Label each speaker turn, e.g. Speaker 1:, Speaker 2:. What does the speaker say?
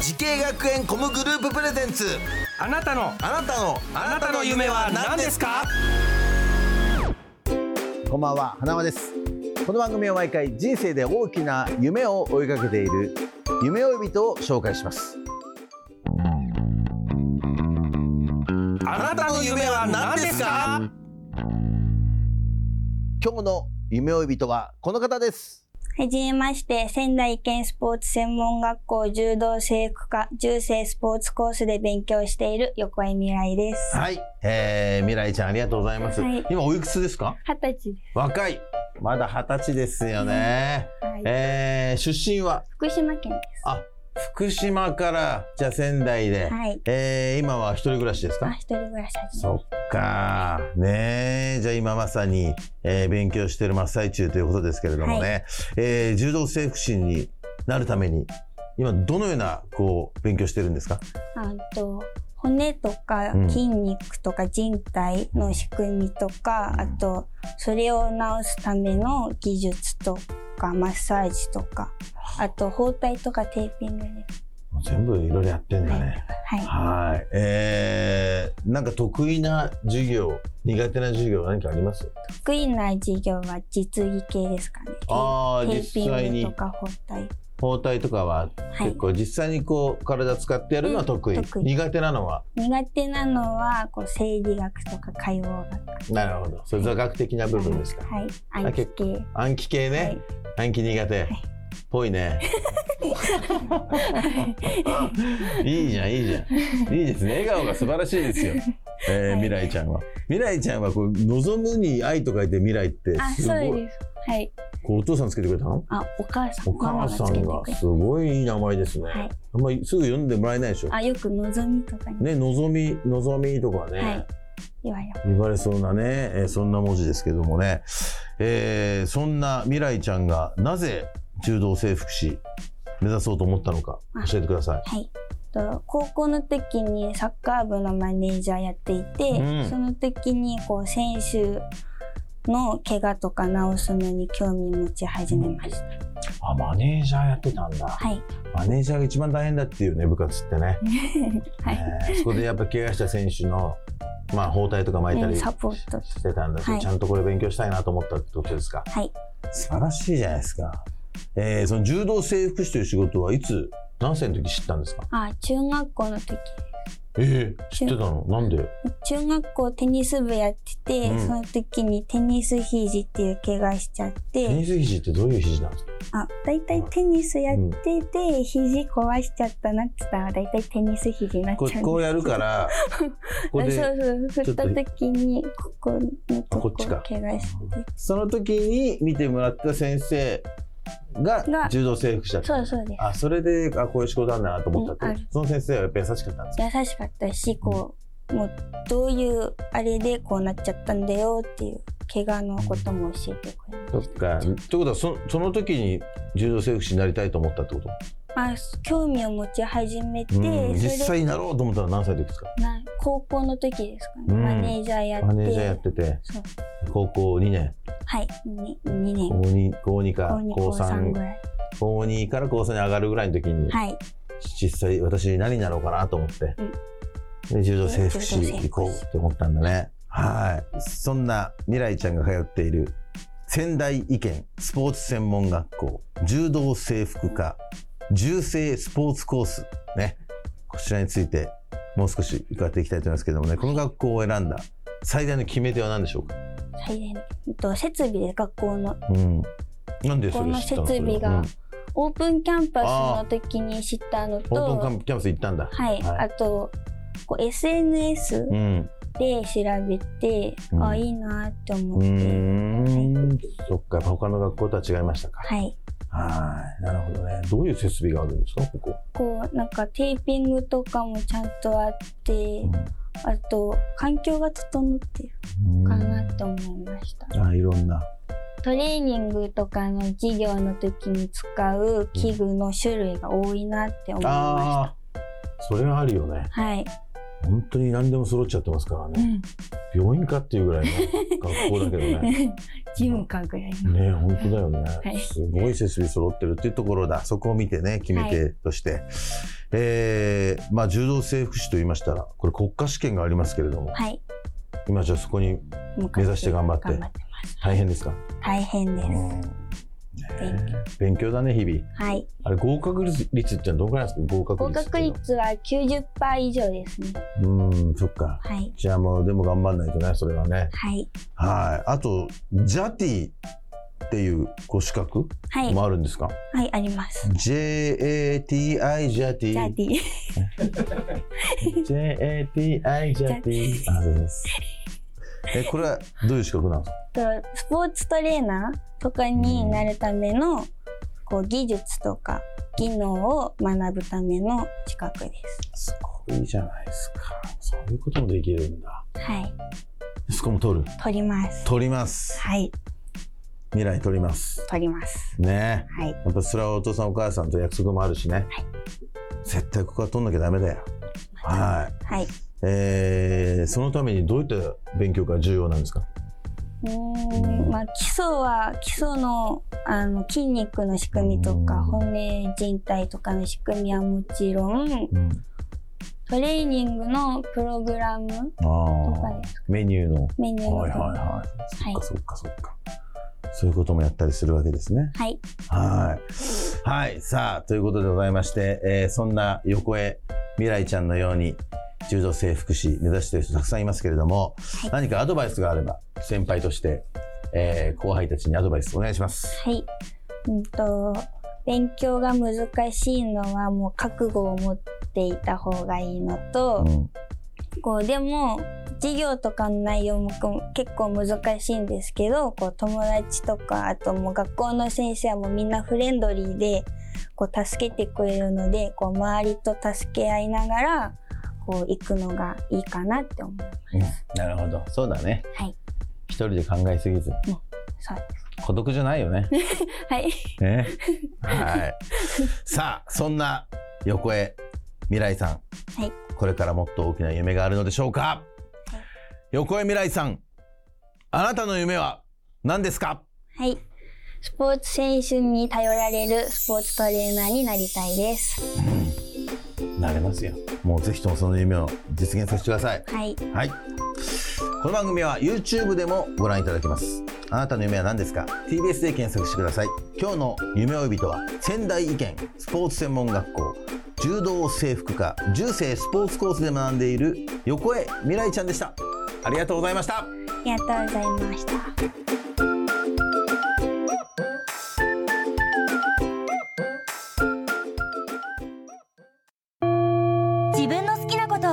Speaker 1: 時系学園コムグループプレゼンツ
Speaker 2: あなたの
Speaker 1: あなたのあなたの夢は何ですか
Speaker 3: こんばんは花輪ですこの番組は毎回人生で大きな夢を追いかけている夢追い人を紹介します
Speaker 1: あなたの夢は何ですか
Speaker 3: 今日の夢追い人はこの方です
Speaker 4: はじめまして、仙台県スポーツ専門学校柔道制服科柔性スポーツコースで勉強している横井未来です。
Speaker 3: はい、えー、未来ちゃんありがとうございます、
Speaker 4: はい
Speaker 3: 今おいくつですか
Speaker 4: 二十歳です。
Speaker 3: 若いまだ二十歳ですよね、
Speaker 4: はい
Speaker 3: えー、出身は
Speaker 4: 福島県で
Speaker 3: あ福島からじゃあ仙台で、
Speaker 4: す。はい。
Speaker 3: えー、今は一人暮らしです
Speaker 4: あ、
Speaker 3: か
Speaker 4: 一人暮らし始め
Speaker 3: そっかねえじゃあ今まさに、えー勉強してる真っ最中ということですけれどもね、えー柔道整復師になるために今どのようなこう勉強してるんですか
Speaker 4: あと、骨とか
Speaker 3: うん
Speaker 4: 筋肉とか人体の仕組みとか、あと、それを治すための技術とか、マッサージとか、あと、包帯とかテーピングです。
Speaker 3: もう全部いろいろやってんだね
Speaker 4: はい。
Speaker 3: はいえー、なんか得意な授業苦手な授業何かあります
Speaker 4: 得意な授業は実技系ですかね。
Speaker 3: あー
Speaker 4: テーピング
Speaker 3: 実際に
Speaker 4: とか包帯。
Speaker 3: 包帯とかは
Speaker 4: は
Speaker 3: 結
Speaker 4: い。
Speaker 3: 構実際にこう体使ってやるのは得意,、
Speaker 4: うん得意
Speaker 3: 苦手なのは
Speaker 4: 苦手なのは、こう、生理学とか解剖
Speaker 3: なるほどそれ座学的な部分ですか、
Speaker 4: 学。はい。暗記系。
Speaker 3: 暗記系ね、暗記苦手、ぽいね いいじゃんいいじゃんいいですね笑顔が素晴らしいですよ、え
Speaker 4: はい
Speaker 3: ー未来ちゃんは未来ちゃんはこう望むに愛と書いて未来って
Speaker 4: あ、
Speaker 3: す
Speaker 4: そ
Speaker 3: ご
Speaker 4: う
Speaker 3: い
Speaker 4: です。はい。
Speaker 3: こうお父さんつけてくれたの
Speaker 4: あ、お母さん。
Speaker 3: お母さん
Speaker 4: ママ
Speaker 3: が
Speaker 4: つけてくれ
Speaker 3: すごいいい名前ですね、
Speaker 4: はい
Speaker 3: あんまりすぐ読んでもらえないでしょ
Speaker 4: たあ、よく望みとかに
Speaker 3: ね望み望みとかね、
Speaker 4: はい言われます。
Speaker 3: 言われそうなね、えーそんな文字ですけどもね、えーそんな未来ちゃんがなぜ柔道整復師目指そうと思ったのか
Speaker 4: あ
Speaker 3: 教えてください。
Speaker 4: はい。と高校の時にサッカー部のマネージャーやっていて、
Speaker 3: うん
Speaker 4: その時にこう選手の怪我とか治すのに興味持ち始めました。
Speaker 3: あマネージャーやってたんだ
Speaker 4: はい。
Speaker 3: マネージャーが一番大変だっていうね部活ってね、
Speaker 4: はい
Speaker 3: えーそこでやっぱ怪我した選手の、まあ、包帯とか巻いたり
Speaker 4: ね
Speaker 3: し
Speaker 4: サポート。
Speaker 3: てたんだけど、
Speaker 4: はい
Speaker 3: ちゃんとこれ勉強したいなと思ったってことですか
Speaker 4: はい。
Speaker 3: 素晴らしいじゃないですか、えーその柔道整復師という仕事はいつ何歳の時知ったんですか
Speaker 4: あ、中学校の時。
Speaker 3: ええ知ってたのなんで
Speaker 4: 中学校テニス部やってて、
Speaker 3: うん
Speaker 4: その時にテニス肘っていう怪我しちゃっ
Speaker 3: テニ
Speaker 4: て、
Speaker 3: ス肘ってどういう肘なんですか
Speaker 4: あ、だいたいテニスやってて、肘壊しちゃったなって言ったら、だいたいテニス肘になっちゃうん
Speaker 3: こ
Speaker 4: です
Speaker 3: うこうやる からここ
Speaker 4: そ
Speaker 3: で
Speaker 4: うそう振
Speaker 3: ちょっ
Speaker 4: っ
Speaker 3: と
Speaker 4: た時にここのと
Speaker 3: あこ
Speaker 4: こ
Speaker 3: っちか
Speaker 4: 怪我して
Speaker 3: その時に見てもらった先生が
Speaker 4: が
Speaker 3: 柔道制服者だった
Speaker 4: そうそうで
Speaker 3: あそれであこういう仕事なんだなと思ったっ
Speaker 4: うんあ
Speaker 3: て
Speaker 4: る
Speaker 3: その先生はやっぱ優しかったんですか
Speaker 4: す優しかったしこうもうどういうあれでこうなっちゃったんだよっていう怪我のことも教えてくれま
Speaker 3: そっかということはそその時に柔道整復師になりたいと思ったってこと、
Speaker 4: あ興味を持ち始めて、
Speaker 3: うん実
Speaker 4: それ
Speaker 3: 際になろうと思ったのは何歳の時ですか
Speaker 4: でな高校の時ですかね、
Speaker 3: うん
Speaker 4: マネージャーやって
Speaker 3: マネージャーやってて
Speaker 4: そう
Speaker 3: 高校2年
Speaker 4: はいに2
Speaker 3: 高
Speaker 4: 年
Speaker 3: 2高2
Speaker 4: 高
Speaker 3: か
Speaker 4: 2
Speaker 3: 高
Speaker 4: 高3
Speaker 3: 3
Speaker 4: ぐらい
Speaker 3: 高2から高3に上がるぐらいの時に、
Speaker 4: はい
Speaker 3: 実際私何になろうかなと思って、で柔道整復師行こうって思ったんだねはいそんな未来ちゃんが通っている仙台医研スポーツ専門学校柔道整復科柔性スポーツコースねこちらについてもう少し伺っていきたいと思いますけどもねこの学校を選んだ最大の決め手は何でしょうか、
Speaker 4: 最大のえっと設備で学校の
Speaker 3: うん、なんでそ
Speaker 4: こ
Speaker 3: れ
Speaker 4: の
Speaker 3: 知った
Speaker 4: 設
Speaker 3: の
Speaker 4: 備
Speaker 3: それはう
Speaker 4: が
Speaker 3: ん
Speaker 4: オープンキャンパスの時に知ったのと、
Speaker 3: オープンカンキャンパス行ったんだ
Speaker 4: はい、
Speaker 3: はい
Speaker 4: あとこう SNS
Speaker 3: うん
Speaker 4: で調べて、
Speaker 3: うん
Speaker 4: あいいなって思っ
Speaker 3: う
Speaker 4: て、
Speaker 3: ーんそっかやっぱ他の学校とは違いましたか
Speaker 4: はい
Speaker 3: はい、なるほどね。どういう設備があるんですか、ここ。
Speaker 4: こうなんかテーピングとかもちゃんとあってあと環境が整ってる
Speaker 3: うん
Speaker 4: かなって思いました
Speaker 3: あいろんな
Speaker 4: トレーニングとかの授業の時に使う器具の種類が多いなって思いま
Speaker 3: ああそれはあるよね
Speaker 4: したはい
Speaker 3: 本当に何でも揃っちゃってますから
Speaker 4: う
Speaker 3: ね、
Speaker 4: ん
Speaker 3: 病院かっていうぐらいの学校だ けどね
Speaker 4: ジムかぐらいの
Speaker 3: ね本当だよね、
Speaker 4: はい
Speaker 3: すごい設備揃ってるっていうところだそこを見てね決め手として、えーまあ柔道整復師と言いましたらこれ国家試験がありますけれども
Speaker 4: はい
Speaker 3: 今じゃあそこに
Speaker 4: 目
Speaker 3: 目指して頑張って
Speaker 4: 頑張ってます
Speaker 3: 大変ですか、
Speaker 4: 大変です、
Speaker 3: うんねえ勉強だね日々
Speaker 4: はい
Speaker 3: あれ合格率ってどのくらいなんですか合格
Speaker 4: 合
Speaker 3: 率って
Speaker 4: 格
Speaker 3: いうの
Speaker 4: 率は90%以上ですね
Speaker 3: うんそっか
Speaker 4: はい
Speaker 3: じゃあもうでも頑張んないとねそれはね
Speaker 4: はい
Speaker 3: はいあとジャティっていうご資格
Speaker 4: はい
Speaker 3: もあるんですか、
Speaker 4: はいあります
Speaker 3: JATI ジャテ
Speaker 4: ジャ
Speaker 3: ィ
Speaker 4: ディ
Speaker 3: JATI ジャティあそうですえこれはどういう資格なんですか
Speaker 4: とスポーツトレーナーとかになるための、こう技術とか技能を学ぶための資格です
Speaker 3: すごいじゃないですかそういうこともできるんだ
Speaker 4: はい
Speaker 3: そこも取る
Speaker 4: 取ります
Speaker 3: 取ります
Speaker 4: はい
Speaker 3: 未来取ります
Speaker 4: 取ります
Speaker 3: ね
Speaker 4: はい
Speaker 3: やっぱそれはお父さんお母さんと約束もあるしね、絶対ここは取んなきゃダメだよはい
Speaker 4: はい
Speaker 3: えーそのためにどういった勉強が重要なんですか
Speaker 4: うーんまあ基礎は基礎のあの筋肉の仕組みと
Speaker 3: う
Speaker 4: か
Speaker 3: ん
Speaker 4: 骨靭帯とかの仕組みはもちろん
Speaker 3: うん
Speaker 4: トレーニングのプログラム
Speaker 3: あ
Speaker 4: とか
Speaker 3: ー
Speaker 4: ですか
Speaker 3: メニューの
Speaker 4: メニュー
Speaker 3: はい
Speaker 4: と
Speaker 3: はい
Speaker 4: か
Speaker 3: はい、
Speaker 4: はい
Speaker 3: そっかそっかそっかそういうこともやったりするわけですね
Speaker 4: はい
Speaker 3: はいはいさあということでございまして、えーそんな横江未来ちゃんのように柔道整復師目指している人たくさんいますけれども、
Speaker 4: はい
Speaker 3: 何かアドバイスがあれば先輩として、えー後輩たちにアドバイスお願いします
Speaker 4: はい。うんと、勉強が難しいのはもう覚悟を持っていた方がいいのと、こう、でも、授業とかの内容もこう結構難しいんですけど、こう、友達とか、あともう学校の先生はもうみんなフレンドリーで、こう、助けてくれるので、こう、周りと助け合いながら、こう、行くのがいいかなって思う。
Speaker 3: なるほどそうだね、
Speaker 4: はい
Speaker 3: 一人で考えすぎず
Speaker 4: そうで
Speaker 3: 孤独じゃないよね
Speaker 4: す。はい。
Speaker 3: ねはいさあそんな横江未来さん、
Speaker 4: はい
Speaker 3: これからもっと大きな夢があるのでしょうか、横江未来さんあなたの夢は何ですか
Speaker 4: はい。スポーツ選手に頼られるスポーツトレーナーになりたいです。
Speaker 3: なれますよもうぜひともその夢を実現させてください
Speaker 4: はい。
Speaker 3: はいこの番組は YouTube でもご覧いただけますあなたの夢は何ですか TBS で検索してください今日の夢追い人は仙台医研スポーツ専門学校柔道制服科柔生スポーツコースで学んでいる横江未来ちゃんでしたありがとうございました
Speaker 4: ありがとうございました。
Speaker 5: 自分の好きなこと